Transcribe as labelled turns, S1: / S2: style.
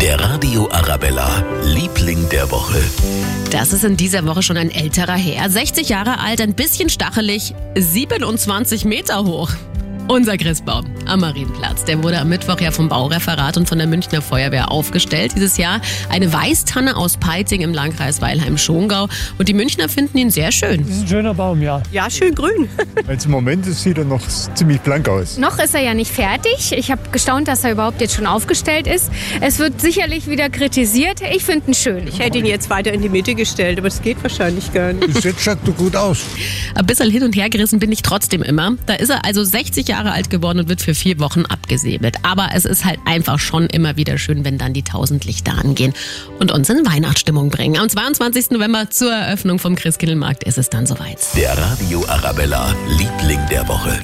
S1: Der Radio Arabella, Liebling der Woche.
S2: Das ist in dieser Woche schon ein älterer Herr. 60 Jahre alt, ein bisschen stachelig, 27 Meter hoch. Unser Christbaum am Marienplatz. Der wurde am Mittwoch ja vom Baureferat und von der Münchner Feuerwehr aufgestellt. Dieses Jahr eine Weißtanne aus Peiting im Landkreis Weilheim-Schongau. Und die Münchner finden ihn sehr schön.
S3: Das ist ein schöner Baum, ja.
S4: Ja, schön grün.
S5: Also im Moment sieht er noch ziemlich blank aus.
S6: Noch ist er ja nicht fertig. Ich habe gestaunt, dass er überhaupt jetzt schon aufgestellt ist. Es wird sicherlich wieder kritisiert. Ich finde ihn schön.
S4: Ich hätte ihn jetzt weiter in die Mitte gestellt, aber das geht wahrscheinlich gar nicht.
S7: Bis jetzt schaut er gut aus.
S2: Ein bisschen hin und her gerissen bin ich trotzdem immer. Da ist er also 60 Jahre alt geworden und wird für vier Wochen abgesäbelt. Aber es ist halt einfach schon immer wieder schön, wenn dann die tausend Lichter angehen und uns in Weihnachtsstimmung bringen. Am 22. November zur Eröffnung vom Christkindlmarkt ist es dann soweit.
S1: Der Radio Arabella, Liebling der Woche.